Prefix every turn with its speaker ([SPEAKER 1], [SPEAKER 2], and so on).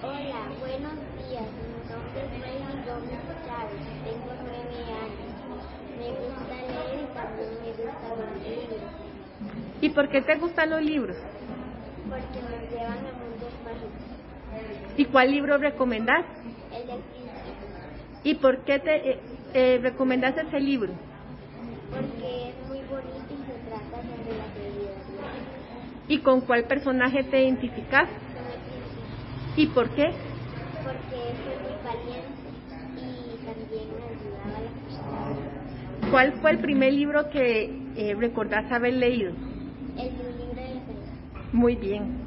[SPEAKER 1] Hola, buenos días. Mi nombre es Brady Gómez Chávez. Tengo nueve años. Me gusta leer y también me gustan los libros
[SPEAKER 2] ¿Y por qué te gustan los libros?
[SPEAKER 1] porque nos llevan a mundos mágicos.
[SPEAKER 2] ¿Y cuál libro recomendás?
[SPEAKER 1] El de física,
[SPEAKER 2] ¿Y por qué te eh, eh, recomendás ese libro?
[SPEAKER 1] porque es muy bonito y se trata sobre la creatividad.
[SPEAKER 2] ¿Y con cuál personaje te identificás?
[SPEAKER 1] Con el físico,
[SPEAKER 2] ¿Y por qué?
[SPEAKER 1] porque fue muy valiente y también me ayudaba a las personas.
[SPEAKER 2] ¿Cuál fue el primer libro que eh, recordás haber leído?
[SPEAKER 1] El de un libro de la felicidad.
[SPEAKER 2] Muy bien.